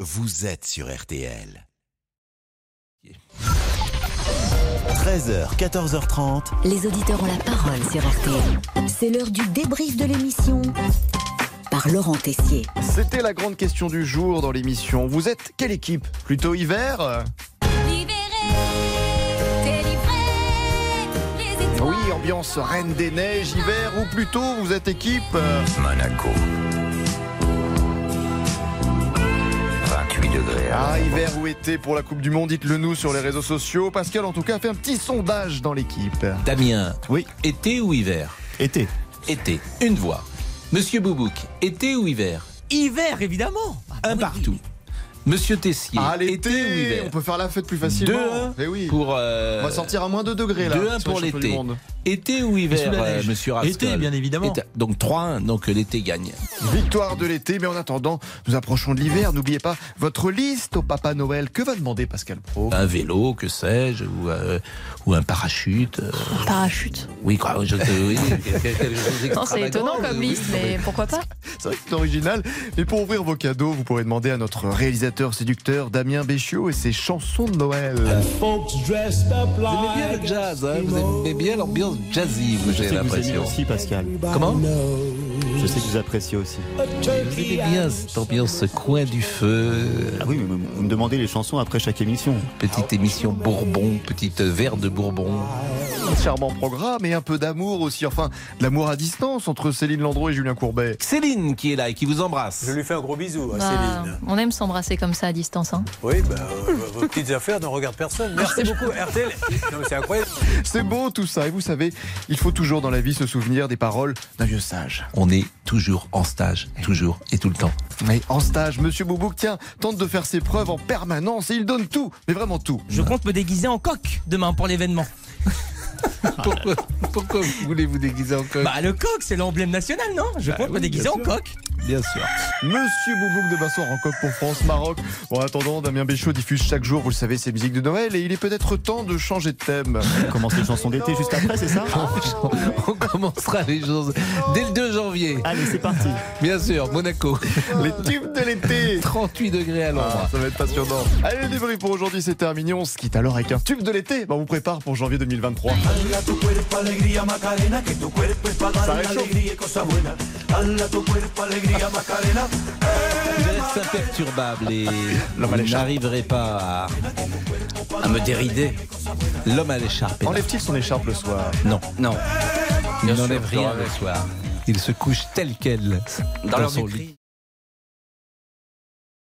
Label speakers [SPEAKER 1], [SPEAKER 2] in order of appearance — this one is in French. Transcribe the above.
[SPEAKER 1] vous êtes sur RTL. 13h, 14h30.
[SPEAKER 2] Les auditeurs ont la parole sur RTL. C'est l'heure du débrief de l'émission par Laurent Tessier.
[SPEAKER 3] C'était la grande question du jour dans l'émission. Vous êtes quelle équipe Plutôt hiver euh, Ah Oui, ambiance reine des neiges, hiver, ou plutôt vous êtes équipe euh,
[SPEAKER 4] Monaco. 28 degrés. à
[SPEAKER 3] Ah, hiver ou été pour la Coupe du Monde, dites-le nous sur les réseaux sociaux. Pascal, en tout cas, a fait un petit sondage dans l'équipe.
[SPEAKER 5] Damien,
[SPEAKER 3] Oui,
[SPEAKER 5] été ou hiver
[SPEAKER 3] été.
[SPEAKER 5] Été. Une voix. Monsieur Boubouk, été ou hiver
[SPEAKER 6] Hiver, évidemment.
[SPEAKER 5] Un partout. Monsieur Tessier,
[SPEAKER 3] Ah,
[SPEAKER 5] été ou
[SPEAKER 3] l'été
[SPEAKER 5] hiver
[SPEAKER 3] On peut faire la fête plus
[SPEAKER 5] 2-1
[SPEAKER 3] facilement. Eh oui.
[SPEAKER 5] pour. euh,
[SPEAKER 3] On va sortir à moins de 2 degrés là.
[SPEAKER 5] 2-1
[SPEAKER 3] sur
[SPEAKER 5] pour
[SPEAKER 3] les champions du
[SPEAKER 5] l'été.
[SPEAKER 3] monde.
[SPEAKER 5] Été ou
[SPEAKER 6] sous
[SPEAKER 5] hiver,
[SPEAKER 6] la
[SPEAKER 5] euh,
[SPEAKER 6] neige.
[SPEAKER 5] monsieur Rascol
[SPEAKER 6] Été, bien évidemment.
[SPEAKER 5] Été. Donc 3-1, donc euh, l'été gagne.
[SPEAKER 3] Victoire de l'été, mais en attendant, nous approchons de l'hiver. N'oubliez pas votre liste au Papa Noël. Que va demander Pascal Pro
[SPEAKER 5] Un vélo, que sais-je, ou, euh, ou un parachute. euh,
[SPEAKER 7] Parachute.
[SPEAKER 5] oui, quoi, je te- oui, quelque chose
[SPEAKER 7] Non, c'est
[SPEAKER 5] d'extravagant,
[SPEAKER 7] étonnant
[SPEAKER 5] euh,
[SPEAKER 7] comme
[SPEAKER 5] oui,
[SPEAKER 7] liste,
[SPEAKER 5] non,
[SPEAKER 7] mais pourquoi pas
[SPEAKER 3] C'est vrai que c'est original. Mais pour ouvrir vos cadeaux, vous pourrez demander à notre réalisateur séducteur Damien Béchiot et ses chansons de Noël.
[SPEAKER 5] Vous aimez bien le jazz, hein, vous aimez bien l'ambiance jazzy, vous,
[SPEAKER 8] sais que vous
[SPEAKER 5] j'ai
[SPEAKER 8] aimez
[SPEAKER 5] l'impression.
[SPEAKER 8] aussi, Pascal.
[SPEAKER 9] bah
[SPEAKER 5] Comment
[SPEAKER 8] Je sais que vous appréciez aussi.
[SPEAKER 5] Vous aimez bien cette ambiance, ce coin du feu,
[SPEAKER 8] Ah oui, mais vous vous me demandez les chansons après chaque émission.
[SPEAKER 5] petite émission Bourbon, petite verre de Bourbon.
[SPEAKER 3] Charmant programme et un peu d'amour aussi. Enfin, de l'amour à distance entre Céline Landreau et Julien Courbet.
[SPEAKER 5] Céline qui est là et qui vous embrasse.
[SPEAKER 9] Je lui fais un gros bisou à
[SPEAKER 7] Bah,
[SPEAKER 9] Céline.
[SPEAKER 7] On aime s'embrasser comme ça à distance. hein.
[SPEAKER 9] Oui, bah, euh, vos petites affaires ne regardent personne. Merci beaucoup, RTL. Non, mais c'est incroyable.
[SPEAKER 3] C'est beau tout ça. Et vous savez, il faut toujours dans la vie se souvenir des paroles d'un vieux sage.
[SPEAKER 5] On est toujours en stage, toujours et tout le temps.
[SPEAKER 3] Mais en stage, Monsieur Boubouk, tiens, tente de faire ses preuves en permanence et il donne tout, mais vraiment tout.
[SPEAKER 6] Je compte me déguiser en coq demain pour l'événement.
[SPEAKER 5] Pourquoi, pourquoi vous voulez vous déguiser en coq Bah
[SPEAKER 6] Bah, le coq, c'est l'emblème national, non Je compte me
[SPEAKER 5] oui,
[SPEAKER 6] déguiser
[SPEAKER 5] bien
[SPEAKER 6] en
[SPEAKER 5] sûr.
[SPEAKER 6] coq.
[SPEAKER 5] Bien sûr.
[SPEAKER 3] Monsieur Boubouk de Bassoir en coque pour France-Maroc. Bon, en attendant, Damien Béchaud diffuse chaque jour, vous le savez, ses musiques de Noël et il est peut-être temps de changer de thème.
[SPEAKER 8] On commence les chansons d'été juste après, c'est ça
[SPEAKER 5] On commencera les choses dès le 2 janvier.
[SPEAKER 8] Allez, c'est parti.
[SPEAKER 5] Bien sûr, Monaco,
[SPEAKER 3] Les tubes de l'été
[SPEAKER 5] 38 degrés à
[SPEAKER 3] Ah,
[SPEAKER 5] l'ombre.
[SPEAKER 3] ça va être passionnant. Allez, le débrief pour aujourd'hui, c'est terminé. On se quitte alors avec un tube de l'été. Ben, on vous prépare pour janvier 2023. Ça réchauffe.
[SPEAKER 5] Vous êtes imperturbable et vous n'arriverez pas à, à me dérider. L'homme à l'écharpe. est là.
[SPEAKER 3] Enlève-t-il son écharpe le soir
[SPEAKER 5] Non,
[SPEAKER 4] Non.
[SPEAKER 5] il n'enlève rien le soir. Il se couche tel quel dans,
[SPEAKER 4] l'heure
[SPEAKER 5] son
[SPEAKER 4] du
[SPEAKER 5] lit.